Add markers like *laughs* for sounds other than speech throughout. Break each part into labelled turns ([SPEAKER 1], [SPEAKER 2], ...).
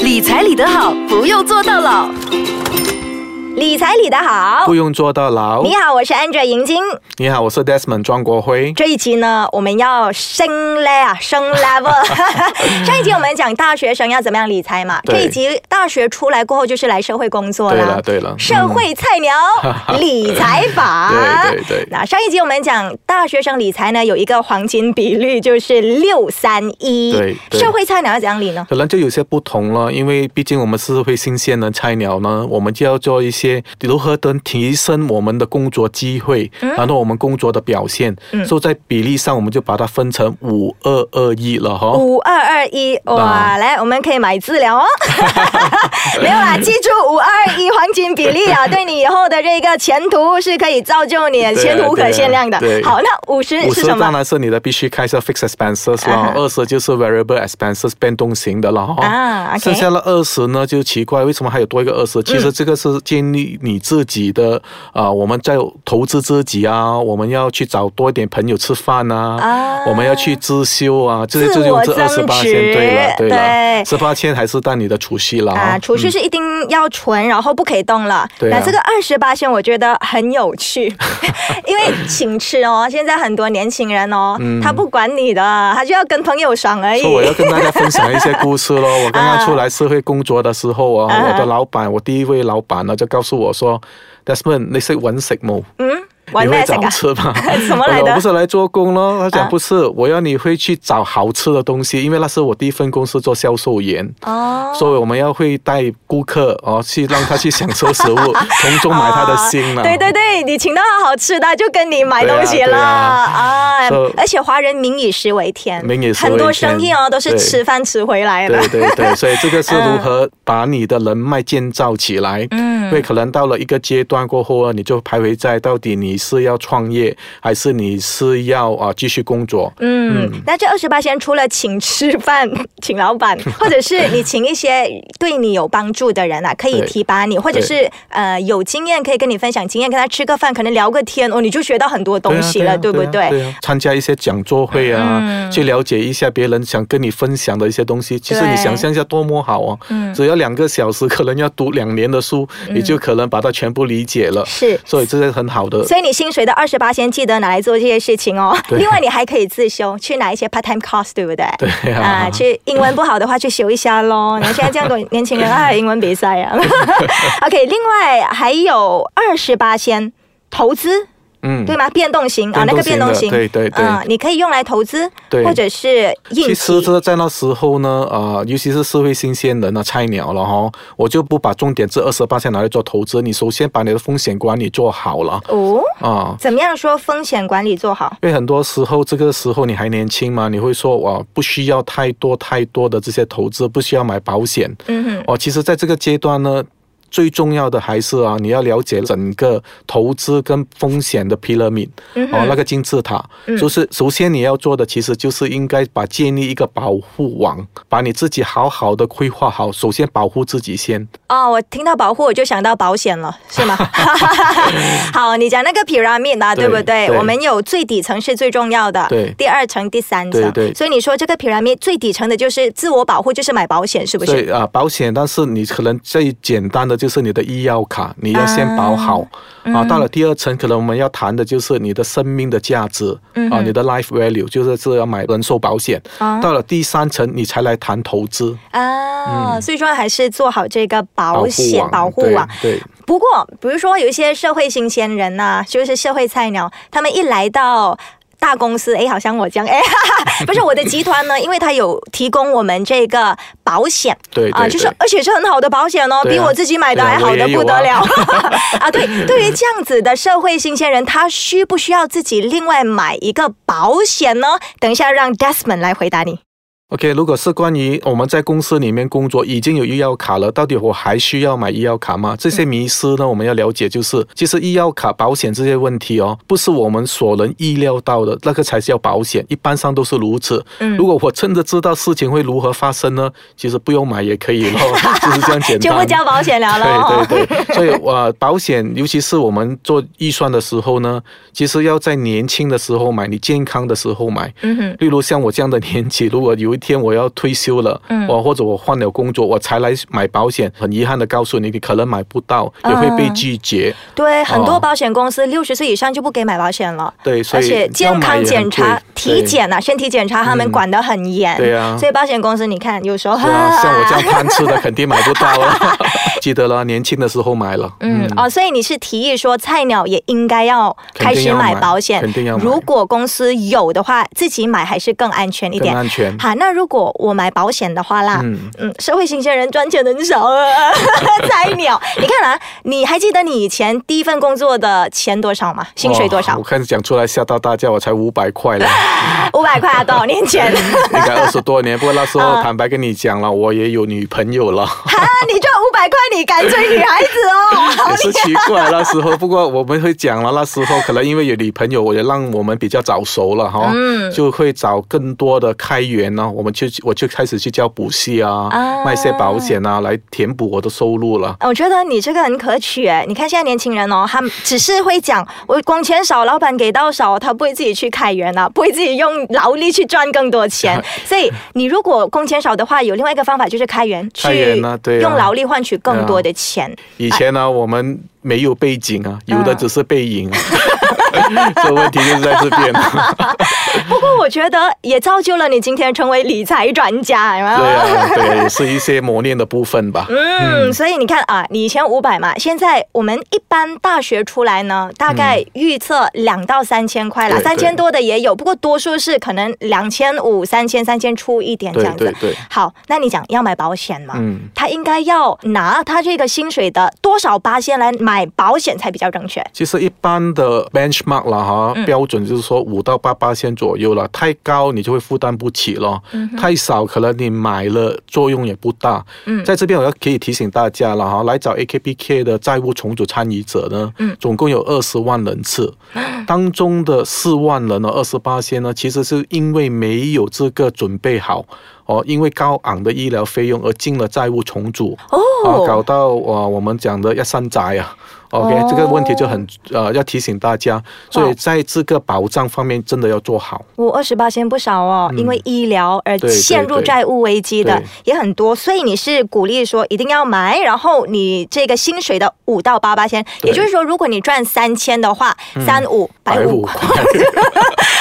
[SPEAKER 1] 理财理得好，不用做到老。
[SPEAKER 2] 理财理得好
[SPEAKER 3] 不。用做到老。
[SPEAKER 2] 你好，我是 Angel 银晶。
[SPEAKER 3] 你好，我是 Desmond 庄国辉。
[SPEAKER 2] 这一期呢，我们要升 l 啊，升
[SPEAKER 1] *laughs*
[SPEAKER 2] level。上一集我们讲大学生要怎么样理财嘛，
[SPEAKER 3] 对
[SPEAKER 2] 这一集大学出来过后就是来社会工作
[SPEAKER 3] 对
[SPEAKER 2] 啦
[SPEAKER 3] 了。对嗯了，
[SPEAKER 2] 社会菜鸟
[SPEAKER 1] 嗯
[SPEAKER 2] 理财
[SPEAKER 1] *laughs*
[SPEAKER 2] 法，
[SPEAKER 3] 对对对
[SPEAKER 2] 那上一集我们讲大学生理财呢，有一个黄金比率就是六三一
[SPEAKER 3] 对，对
[SPEAKER 2] 社会菜鸟要怎样理呢？
[SPEAKER 3] 可能就有些不同了，因为毕竟我们是会新鲜的菜鸟呢，我们就要做一些如何能提升我们的工作机会，然后我们工作的表现。
[SPEAKER 2] 嗯
[SPEAKER 3] 所以在比例上，我们就把它分成五二二一了哈。
[SPEAKER 2] 五二二一，哇，
[SPEAKER 3] 啊
[SPEAKER 2] 来，我们可以买治疗
[SPEAKER 3] *laughs*
[SPEAKER 2] 哦。没有啦，记住五二一黄金比例
[SPEAKER 3] *laughs*
[SPEAKER 2] 啊，对你以后的这个前途是可以造就你的
[SPEAKER 3] 对啊
[SPEAKER 2] 前途无可限量的
[SPEAKER 3] 对啊。对
[SPEAKER 2] 好，那五十
[SPEAKER 3] 五
[SPEAKER 2] 是
[SPEAKER 3] 十
[SPEAKER 2] 什
[SPEAKER 3] 当
[SPEAKER 2] 么？
[SPEAKER 3] 然是你的必须开销 fixed expenses
[SPEAKER 2] 啊
[SPEAKER 3] 啦，
[SPEAKER 2] 哈
[SPEAKER 3] 二十就是 variable expenses 变动型的了哈。
[SPEAKER 2] 啊，OK 嗯
[SPEAKER 3] 剩下的二十呢就奇怪，为什么还有多一个二十？其实这个是建立你自己的啊、我们在投资自己啊，我们要去找多一点朋友吃饭啊，
[SPEAKER 2] 啊
[SPEAKER 3] 我们要去自修啊，这些
[SPEAKER 2] 自
[SPEAKER 3] 就
[SPEAKER 2] 我
[SPEAKER 3] 用这二十八
[SPEAKER 2] 增值
[SPEAKER 3] 千，对了对
[SPEAKER 2] 对
[SPEAKER 3] 了，十八千还是当你的储蓄了
[SPEAKER 2] 啊，
[SPEAKER 3] 哈
[SPEAKER 2] 储蓄是一定要存，然后不可以动了。
[SPEAKER 3] 嗯对啊
[SPEAKER 2] 那这个二十八线我觉得很有趣，
[SPEAKER 3] *laughs*
[SPEAKER 2] 因为请吃哦，现在很多年轻人哦，他不管你的，他就要跟朋友爽而已
[SPEAKER 3] 所。以我要跟大家分享一些故事咯。
[SPEAKER 2] *laughs*
[SPEAKER 3] 我刚刚出来社会工作的时候啊，
[SPEAKER 2] 啊
[SPEAKER 3] 我的老板，我第一位老板呢，就告诉我说，Desmond，你识揾食冇？
[SPEAKER 2] 嗯，玩
[SPEAKER 3] 你
[SPEAKER 2] 咩
[SPEAKER 3] 会
[SPEAKER 2] 食
[SPEAKER 3] 找
[SPEAKER 2] 啊？
[SPEAKER 3] 吃吗？
[SPEAKER 2] *laughs* 什么来
[SPEAKER 3] 我
[SPEAKER 2] 的
[SPEAKER 3] 不？是来做工咯，他
[SPEAKER 2] 啊
[SPEAKER 3] 讲不是，我要你会去找好吃的东西，因为那是我第一份工是做销售员。
[SPEAKER 2] 哦
[SPEAKER 3] 所以我们要会带顾客哦，去让他去享受
[SPEAKER 2] *laughs*
[SPEAKER 3] 食物，从中买他的心了、
[SPEAKER 2] 哦
[SPEAKER 3] 啊
[SPEAKER 2] 对对对，你请到好吃的，就跟你买东西
[SPEAKER 3] 对
[SPEAKER 2] 了
[SPEAKER 3] 啊
[SPEAKER 2] 啊
[SPEAKER 3] So-
[SPEAKER 2] 而且华人民以食为天，
[SPEAKER 3] 民以食为天
[SPEAKER 2] 很多生意哦都是
[SPEAKER 3] 对
[SPEAKER 2] 吃饭吃回来的。 *laughs*
[SPEAKER 3] 对对对，所以这个是如何把你的人脉建造起来。
[SPEAKER 2] 嗯
[SPEAKER 3] 因为可能到了一个阶段过后啊，你就徘徊在到底你是要创业，还是你是要啊继续工作？
[SPEAKER 2] 嗯，那这二十八先除了请吃饭、 *laughs* 请老
[SPEAKER 3] *laughs*
[SPEAKER 2] 板，或者是你请一些对你有帮助的人啊，可以
[SPEAKER 3] 对
[SPEAKER 2] 提拔你，或者是呃有经验可以跟你分享经验，跟他吃个饭，可能聊个天哦，你就学到很多东西了，
[SPEAKER 3] 对啊
[SPEAKER 2] 不嗯
[SPEAKER 3] 对啊对啊对啊参加一些讲座会啊，去了解一下别人想跟你分享的一些东西。其实
[SPEAKER 2] 对
[SPEAKER 3] 你想象一下多么好哦！
[SPEAKER 2] 嗯
[SPEAKER 3] 只要两个小时，可能要读两年的书，你就可能把它全部理解了。
[SPEAKER 2] 是
[SPEAKER 3] 所以这是很好的。
[SPEAKER 2] 所以你薪水的二十八先记得拿来做这些事情哦。
[SPEAKER 3] 呃对
[SPEAKER 2] 另外，你还可以自修，去拿一些 part time course，对不对？
[SPEAKER 3] 对啊
[SPEAKER 2] 去英文不好的话去修一下咯。你看现在这样多年轻人啊，英文比赛
[SPEAKER 3] *laughs*
[SPEAKER 2] 啊。OK，另外还有二十八先投资。
[SPEAKER 3] 嗯
[SPEAKER 2] 对吗？变动型啊，那个变
[SPEAKER 3] 变
[SPEAKER 2] 动
[SPEAKER 3] 动
[SPEAKER 2] 型，
[SPEAKER 3] 型的对对对
[SPEAKER 2] 嗯，你可以用来投资，
[SPEAKER 3] 对
[SPEAKER 2] 或者是应
[SPEAKER 3] 其实
[SPEAKER 2] 急。
[SPEAKER 3] 这在那时候呢，呃，尤其是社会新鲜人啊、菜鸟了哈，我就不把重点这二十八拿来做投资，你首先把你的风险管理做好了
[SPEAKER 2] 哦，
[SPEAKER 3] 啊。
[SPEAKER 2] 怎么样说风险管理做好？
[SPEAKER 3] 因为很多时候，这个时候你还年轻嘛，你会说哇，不需要太多太多的这些投资，不需要买保险。
[SPEAKER 2] 嗯哼，
[SPEAKER 3] 哦，其实在这个阶段呢，最重要的还是啊，你要了解整个投资跟风险的 pyramid，、
[SPEAKER 2] 嗯哼嗯
[SPEAKER 3] 哦，那个金字塔。就是首先你要做的，其实就是应该把建立一个保护网，把你自己好好的规划好，首先保护自己先。
[SPEAKER 2] 哦，我听到保护我就想到保险了，是
[SPEAKER 3] *laughs*
[SPEAKER 2] 吗？ *laughs* 好，你讲那个 pyramid 啊，对
[SPEAKER 3] 对
[SPEAKER 2] 不对？
[SPEAKER 3] 对
[SPEAKER 2] 我们有最底层是最重要的，
[SPEAKER 3] 对
[SPEAKER 2] 第二层、第三层。
[SPEAKER 3] 对对
[SPEAKER 2] 所以你说这个 pyramid 最底层的就是自我保护，就是买保险，是不
[SPEAKER 3] 所
[SPEAKER 2] 是？
[SPEAKER 3] 以啊，保险，但是你可能最简单的就是你的医药卡，你要先保好啊。到了第二层，可能我们要谈的就是你的生命的价值、啊，你的 life value，就是是要买人寿保险。
[SPEAKER 2] 嗯啊
[SPEAKER 3] 到了第三层，你才来谈投资
[SPEAKER 2] 啊，所以说还是做好这个保险保
[SPEAKER 3] 嗯保
[SPEAKER 2] 护
[SPEAKER 3] 护
[SPEAKER 2] 网
[SPEAKER 3] 网。。对，对
[SPEAKER 2] 不过，比如说有一些社会新鲜人呐、就是社会菜鸟，他们一来到。大公司哎，好像我这样哎， *laughs* 哈哈，不是我的集团呢，因为它有提供我们这个保险，
[SPEAKER 3] 对
[SPEAKER 2] 啊，
[SPEAKER 3] 对
[SPEAKER 2] 就是
[SPEAKER 3] 对
[SPEAKER 2] 而且是很好的保险哦，
[SPEAKER 3] 对啊
[SPEAKER 2] 比我自己买的
[SPEAKER 3] 对啊
[SPEAKER 2] 还好
[SPEAKER 3] 我
[SPEAKER 2] 的
[SPEAKER 3] 也有
[SPEAKER 2] 不
[SPEAKER 3] 啊
[SPEAKER 2] 得
[SPEAKER 3] *laughs*
[SPEAKER 2] 了 *laughs* 啊！对，对于这样子的社会新鲜人，他需不需要自己另外买一个保险呢？等一下让 Desmond 来回答你。
[SPEAKER 3] OK，如果是关于我们在公司里面工作已经有医药卡了，到底我还需要买医药卡吗？这些迷思呢，我们要了解，就是其实医药卡、保险这些问题哦，不是我们所能意料到的，那个才叫保险，一般上都是如此。
[SPEAKER 2] 嗯
[SPEAKER 3] 如果我真的知道事情会如何发生呢，其实不用买也可以咯， *laughs* 就是这样简单。
[SPEAKER 2] 就不交保险了喽。
[SPEAKER 3] *laughs* 对对对，所以呃，保险，尤其是我们做预算的时候呢，其实要在年轻的时候买，你健康的时候买。
[SPEAKER 2] 嗯哼，
[SPEAKER 3] 例如像我这样的年纪，如果有一天我要退休了，
[SPEAKER 2] 嗯
[SPEAKER 3] 我或者我换了工作，我才来买保险，很遗憾的告诉你，你可能买不到，也会被
[SPEAKER 2] 嗯
[SPEAKER 3] 拒绝。
[SPEAKER 2] 对，很
[SPEAKER 3] 哦
[SPEAKER 2] 多保险公司六十岁以上就不给买保险了。
[SPEAKER 3] 对，所
[SPEAKER 2] 啊而
[SPEAKER 3] 以
[SPEAKER 2] 且
[SPEAKER 3] 要
[SPEAKER 2] 健
[SPEAKER 3] 买也
[SPEAKER 2] 康
[SPEAKER 3] 很
[SPEAKER 2] 检查、
[SPEAKER 3] 贵
[SPEAKER 2] 体，检啊、身体检查，他们
[SPEAKER 3] 嗯
[SPEAKER 2] 管得很严。
[SPEAKER 3] 对啊
[SPEAKER 2] 所以保险公司，你看有时候
[SPEAKER 3] 对对啊，像我这样贪吃的肯定买不到了。 *laughs* 记得了，年轻的时候买了，
[SPEAKER 2] 嗯哦，所以你是提议说菜鸟也应该要开始买保险，
[SPEAKER 3] 肯定要买
[SPEAKER 2] 如果公司有的话，自己买还是更安全一
[SPEAKER 3] 更
[SPEAKER 2] 点。
[SPEAKER 3] 安全。
[SPEAKER 2] 好，那如果我买保险的话啦，
[SPEAKER 3] 嗯
[SPEAKER 2] 嗯社会新鲜人赚钱很少啊， *laughs* 菜
[SPEAKER 3] *laughs*
[SPEAKER 2] 鸟。你看啊，你还记得你以前第一份工作的钱多少吗？薪水多
[SPEAKER 3] 哇
[SPEAKER 2] 少
[SPEAKER 3] 我？看讲出来吓到大家，我才五百块了，
[SPEAKER 2] 五百块啊，多少年
[SPEAKER 3] *laughs*
[SPEAKER 2] 前？
[SPEAKER 3] 应该二十多年。不过那时候
[SPEAKER 2] 啊
[SPEAKER 3] 坦白跟你讲了，我也有女朋友了。
[SPEAKER 2] 哈，你赚五百块，你敢追女孩子哦？
[SPEAKER 3] 也是奇怪，那时候不过我们会讲了，那时候可能因为有女朋友，我也让我们比较早熟了哈，
[SPEAKER 2] 嗯
[SPEAKER 3] 就会找更多的开源呢、啊我们就我就开始去教补习啊，
[SPEAKER 2] 啊
[SPEAKER 3] 卖一些保险啊，来填补我的收入了。
[SPEAKER 2] 我觉得你这个很可取哎，你看现在年轻人哦，他们只是会讲我工钱少，老板给到少，他不会自己去开源啊，不会自己用劳力去赚更多钱。 *laughs*
[SPEAKER 3] 啊
[SPEAKER 2] 所以你如果工钱少的话，有另外一个方法就是开源，
[SPEAKER 3] 开源啊对啊
[SPEAKER 2] 去用劳力换取更多的钱。
[SPEAKER 3] 以前
[SPEAKER 2] 哎
[SPEAKER 3] 呢，我们没有背景啊，有的只是背
[SPEAKER 2] *laughs*
[SPEAKER 3] 影 *laughs* 啊。这问题就是在这边，啊
[SPEAKER 2] 不过我觉得也造就了你今天成为理财专家，有没有
[SPEAKER 3] 对啊，对，也是一些磨练的部分吧。
[SPEAKER 2] 嗯，所以你看啊，你以前五百嘛，现在我们一般大学出来呢，大概预测两到三千块啦，
[SPEAKER 3] 对
[SPEAKER 2] 三
[SPEAKER 3] 对
[SPEAKER 2] 千多的也有，不过多数是可能两千五、三千、三千出一点这
[SPEAKER 3] 对
[SPEAKER 2] 样子。
[SPEAKER 3] 对对，
[SPEAKER 2] 好，那你讲要买保险嘛？
[SPEAKER 3] 嗯，
[SPEAKER 2] 他应该要拿他这个薪水的多少八千来买保险才比较正确。
[SPEAKER 3] 其实一般的 benchmark 啦哈，标准就是说五到八八千左右了，太高你就会负担不起咯，太少可能你买了作用也不大。嗯，在这边我要可以提醒大家了哈，来找 AKPK 的债务重组参与者呢，嗯，总共有二十万人 *gasps* 次，当中的四万人呢，哦二十八千呢，其实是因为没有这个准备好。哦，因为高昂的医疗费用而进了债务重组，啊，搞
[SPEAKER 2] 哦，
[SPEAKER 3] 到呃我们讲的要山寨啊。OK，、
[SPEAKER 2] 哦
[SPEAKER 3] 这个问题就很呃要提醒大家，所以
[SPEAKER 2] 哇
[SPEAKER 3] 在这个保障方面真的要做好。
[SPEAKER 2] 我二十八千不少哦，因为医疗而
[SPEAKER 3] 对对
[SPEAKER 2] 陷入
[SPEAKER 3] 对
[SPEAKER 2] 债务危机的
[SPEAKER 3] 嗯对
[SPEAKER 2] 也很多，所以你是鼓励说一定要买，然后你这个薪水的五到八八千，
[SPEAKER 3] 对嗯
[SPEAKER 2] 也就是说，如果你赚三千的话，三五百五
[SPEAKER 3] 500
[SPEAKER 2] 块
[SPEAKER 3] 块
[SPEAKER 2] *laughs*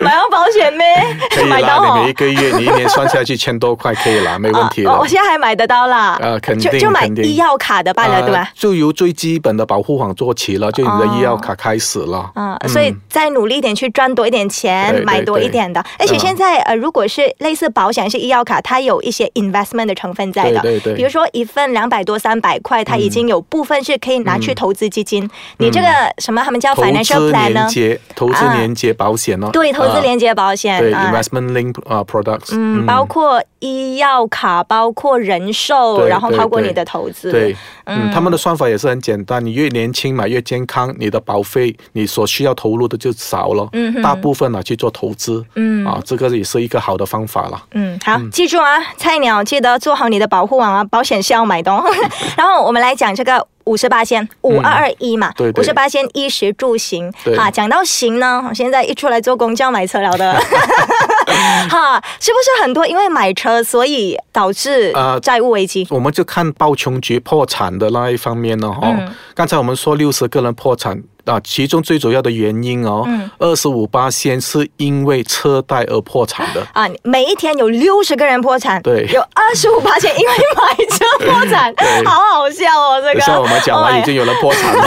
[SPEAKER 2] 买上保险咩
[SPEAKER 3] 可？以
[SPEAKER 2] 买到
[SPEAKER 3] 啦，你
[SPEAKER 2] 哦
[SPEAKER 3] 每一。个月你一年算下去千多块可以啦，没问题
[SPEAKER 2] 啊 *laughs*
[SPEAKER 3] 了。
[SPEAKER 2] 我我现在还买得到啦，
[SPEAKER 3] 啊肯定
[SPEAKER 2] 就就买
[SPEAKER 3] 肯定
[SPEAKER 2] 医药卡的罢了，对
[SPEAKER 3] 呃
[SPEAKER 2] 吧？
[SPEAKER 3] 就由最基本的保护网做起了，就你的
[SPEAKER 2] 哦
[SPEAKER 3] 医药卡开始了。
[SPEAKER 2] 啊，所以再努力一点去赚多一点钱，
[SPEAKER 3] 嗯对对嗯
[SPEAKER 2] 买多一点的。而且现在、呃，如果是类似保险、是医药卡，它有一些 investment 的成分在的。
[SPEAKER 3] 对对对嗯
[SPEAKER 2] 比如说一份两百多、三百块，它已经有部分是可以拿去投资基金。你这个什么，他们叫
[SPEAKER 3] 投
[SPEAKER 2] financial
[SPEAKER 3] 资
[SPEAKER 2] plan
[SPEAKER 3] 连
[SPEAKER 2] 呢？
[SPEAKER 3] 接，投资
[SPEAKER 2] 啊
[SPEAKER 3] 连接保险呢？
[SPEAKER 2] 对，投资
[SPEAKER 3] 呃
[SPEAKER 2] 连接保险
[SPEAKER 3] 对
[SPEAKER 2] 啊。
[SPEAKER 3] investment link 啊 products。
[SPEAKER 2] 嗯，包括医药卡，包括人寿，
[SPEAKER 3] 对
[SPEAKER 2] 然后
[SPEAKER 3] 对
[SPEAKER 2] 包括
[SPEAKER 3] 对
[SPEAKER 2] 你的投资。
[SPEAKER 3] 对，嗯，他们的算法也是很简单，你越年轻买越健康，你的保费你所需要投入的就少了，嗯，大部分拿去做投资，嗯，啊，这个也是一个好的方法了。
[SPEAKER 2] 嗯，好，记住啊，菜鸟记得做好你的保护网啊，保险是要买的哦。 *laughs* 然后我们来讲这个五十八先五二二一嘛，
[SPEAKER 3] 嗯对
[SPEAKER 2] 五
[SPEAKER 3] 对
[SPEAKER 2] 十八先衣食住行
[SPEAKER 3] 对
[SPEAKER 2] 啊。讲到行呢，我现在一出来做工就要买车了
[SPEAKER 3] *laughs*
[SPEAKER 2] 的， *laughs* 哈，是不是很多因为买车所以导致
[SPEAKER 3] 呃
[SPEAKER 2] 债务危机？
[SPEAKER 3] 我们就看报穷局破产的那一方面呢，哈、刚才我们说六十个人破产啊，其中最主要的原因哦，二十五八先是因为车贷而破产的。
[SPEAKER 2] 啊，每一天有六十个人破产，
[SPEAKER 3] 对
[SPEAKER 2] 有二十五八千因为买车破产，
[SPEAKER 3] *laughs* 对
[SPEAKER 2] 好好笑哦，这
[SPEAKER 3] 等一
[SPEAKER 2] 个。
[SPEAKER 3] 下我们讲完
[SPEAKER 2] *laughs* Oh my
[SPEAKER 3] 已经有人破产了，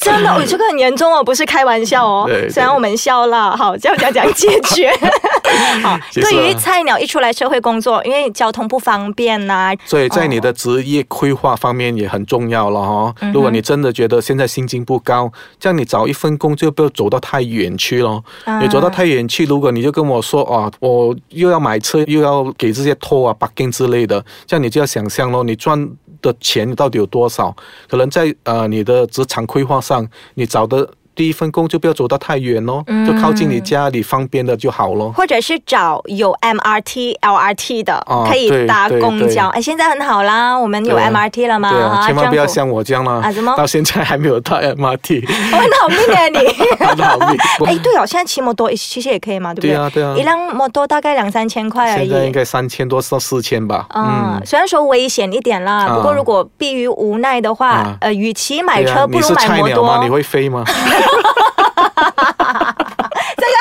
[SPEAKER 2] 真
[SPEAKER 3] *laughs*
[SPEAKER 2] 的，我这个很严重哦，不是开玩笑哦。
[SPEAKER 3] 对对
[SPEAKER 2] 虽然我们笑了，好，就要讲讲解
[SPEAKER 3] *laughs*
[SPEAKER 2] 决。好，
[SPEAKER 3] 其实啊
[SPEAKER 2] 对于菜鸟一出来社会工作，因为交通不方便呐、
[SPEAKER 3] 所以在你
[SPEAKER 2] 哦
[SPEAKER 3] 的职业规划方面也很重要了哈、
[SPEAKER 2] 嗯
[SPEAKER 3] 如果你真的觉得现在薪金不高，这样你找一份工就不要走到太远去咯。
[SPEAKER 2] 啊
[SPEAKER 3] 你走到太远去，如果你就跟我说啊，我又要买车，又要给这些拖啊、b a r g a i n 之类的，这样你就要想象咯，你赚。的钱到底有多少？可能在呃你的职场规划上，你找的第一份工就不要走到太远哦，
[SPEAKER 2] 嗯
[SPEAKER 3] 就靠近你家里方便的就好咯。
[SPEAKER 2] 或者是找有 MRT、LRT 的，
[SPEAKER 3] 啊
[SPEAKER 2] 可以搭
[SPEAKER 3] 对对
[SPEAKER 2] 公交。哎，现在很好啦，我们有
[SPEAKER 3] 对啊
[SPEAKER 2] MRT 了嘛，
[SPEAKER 3] 对啊，千万不要
[SPEAKER 2] 政府
[SPEAKER 3] 像我这样啦，
[SPEAKER 2] 啊怎么
[SPEAKER 3] 到现在还没有到 MRT，
[SPEAKER 2] 我很好命哎
[SPEAKER 3] *laughs*
[SPEAKER 2] 你。
[SPEAKER 3] 很好命。
[SPEAKER 2] 哎，对哦，现在骑摩托其实也可以嘛，对不对？
[SPEAKER 3] *laughs* 对啊对啊
[SPEAKER 2] 一辆摩托大概两三千块而
[SPEAKER 3] 现在应
[SPEAKER 2] 已。
[SPEAKER 3] 该三千多到四千吧。
[SPEAKER 2] 嗯，虽然说危险一点啦，
[SPEAKER 3] 啊
[SPEAKER 2] 不过如果逼于无奈的话，
[SPEAKER 3] 啊
[SPEAKER 2] 呃，与其买
[SPEAKER 3] 对
[SPEAKER 2] 车，
[SPEAKER 3] 啊，
[SPEAKER 2] 不
[SPEAKER 3] 你
[SPEAKER 2] 如
[SPEAKER 3] 是
[SPEAKER 2] 买
[SPEAKER 3] 菜
[SPEAKER 2] 摩
[SPEAKER 3] 鸟吗？
[SPEAKER 2] 托
[SPEAKER 3] 你。会飞吗？
[SPEAKER 2] 这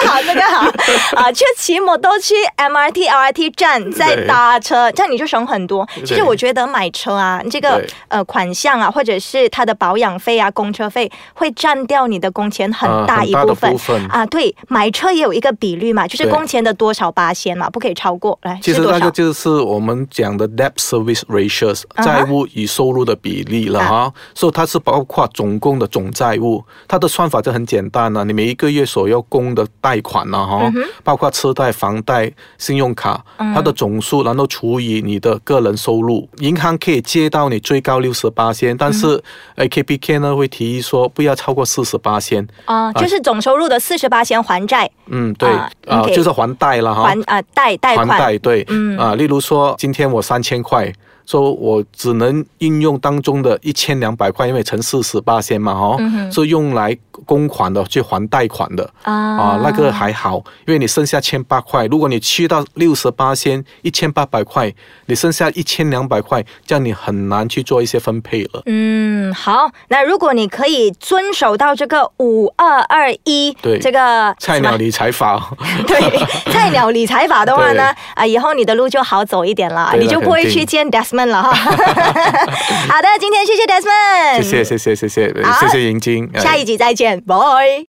[SPEAKER 2] 个好，这个好
[SPEAKER 3] *laughs*
[SPEAKER 2] 啊！去骑摩托去 MRT、LRT 站，再搭车，这样你就省很多。其实我觉得买车啊，这个
[SPEAKER 3] 对
[SPEAKER 2] 呃款项啊，或者是它的保养费啊、公车费，会占掉你的工钱 *laughs* 很
[SPEAKER 3] 啊
[SPEAKER 2] 大
[SPEAKER 3] 很
[SPEAKER 2] 一
[SPEAKER 3] 大的
[SPEAKER 2] 部分
[SPEAKER 3] 部分
[SPEAKER 2] 啊。对，买车也有一个比率嘛，就是
[SPEAKER 3] 对
[SPEAKER 2] 工钱的多少八仙嘛，不可以超过。来，
[SPEAKER 3] 其
[SPEAKER 2] 是
[SPEAKER 3] 实
[SPEAKER 2] 多
[SPEAKER 3] 那个
[SPEAKER 2] 少？
[SPEAKER 3] 就是我们讲的 debt service ratios
[SPEAKER 2] 嗯哼
[SPEAKER 3] 债务与收入的比例
[SPEAKER 2] 啊
[SPEAKER 3] 了哈，所以它是包括总共的总债务，它的算法就很简单了、你每一个月所要供的贷款呢、
[SPEAKER 2] 嗯
[SPEAKER 3] 哈、包括车贷、房贷、信用卡，它的总数，然后除以你的个人收入，银行可以借到你最高六十八先，
[SPEAKER 2] 嗯
[SPEAKER 3] 但是 A K P K 呢会提议说不要超过四十八先，
[SPEAKER 2] 啊，就是总收入的四十八先还债
[SPEAKER 3] 嗯，对，
[SPEAKER 2] 啊
[SPEAKER 3] 啊、
[SPEAKER 2] OK
[SPEAKER 3] 就是还贷了哈，
[SPEAKER 2] 还啊贷贷
[SPEAKER 3] 还
[SPEAKER 2] 款嗯
[SPEAKER 3] 贷对，啊，例如说今天我三千块，说我只能应用当中的一千两百块，因为乘四十八先嘛，哦，
[SPEAKER 2] 嗯
[SPEAKER 3] 是用来公款的去还贷款的。
[SPEAKER 2] 啊
[SPEAKER 3] 啊，那个还好，因为你剩下千八块，如果你去到六十八先一千八百块，你剩下一千两百块，这样你很难去做一些分配了。
[SPEAKER 2] 嗯，好，那如果你可以遵守到这个五二二一，
[SPEAKER 3] 对
[SPEAKER 2] 这个
[SPEAKER 3] 菜鸟理财法，哦
[SPEAKER 2] *laughs*
[SPEAKER 3] *laughs*
[SPEAKER 2] 对菜鸟理财法的话呢，啊，以后你的路就好走一点了，
[SPEAKER 3] 对了
[SPEAKER 2] 你就不会
[SPEAKER 3] 肯定
[SPEAKER 2] 去见 Desmond 了哈。 *laughs* 好的，今天谢谢 Desmond，
[SPEAKER 3] 谢谢谢谢谢谢
[SPEAKER 2] 好
[SPEAKER 3] 谢谢银晶，哎
[SPEAKER 2] 下一集再见，拜。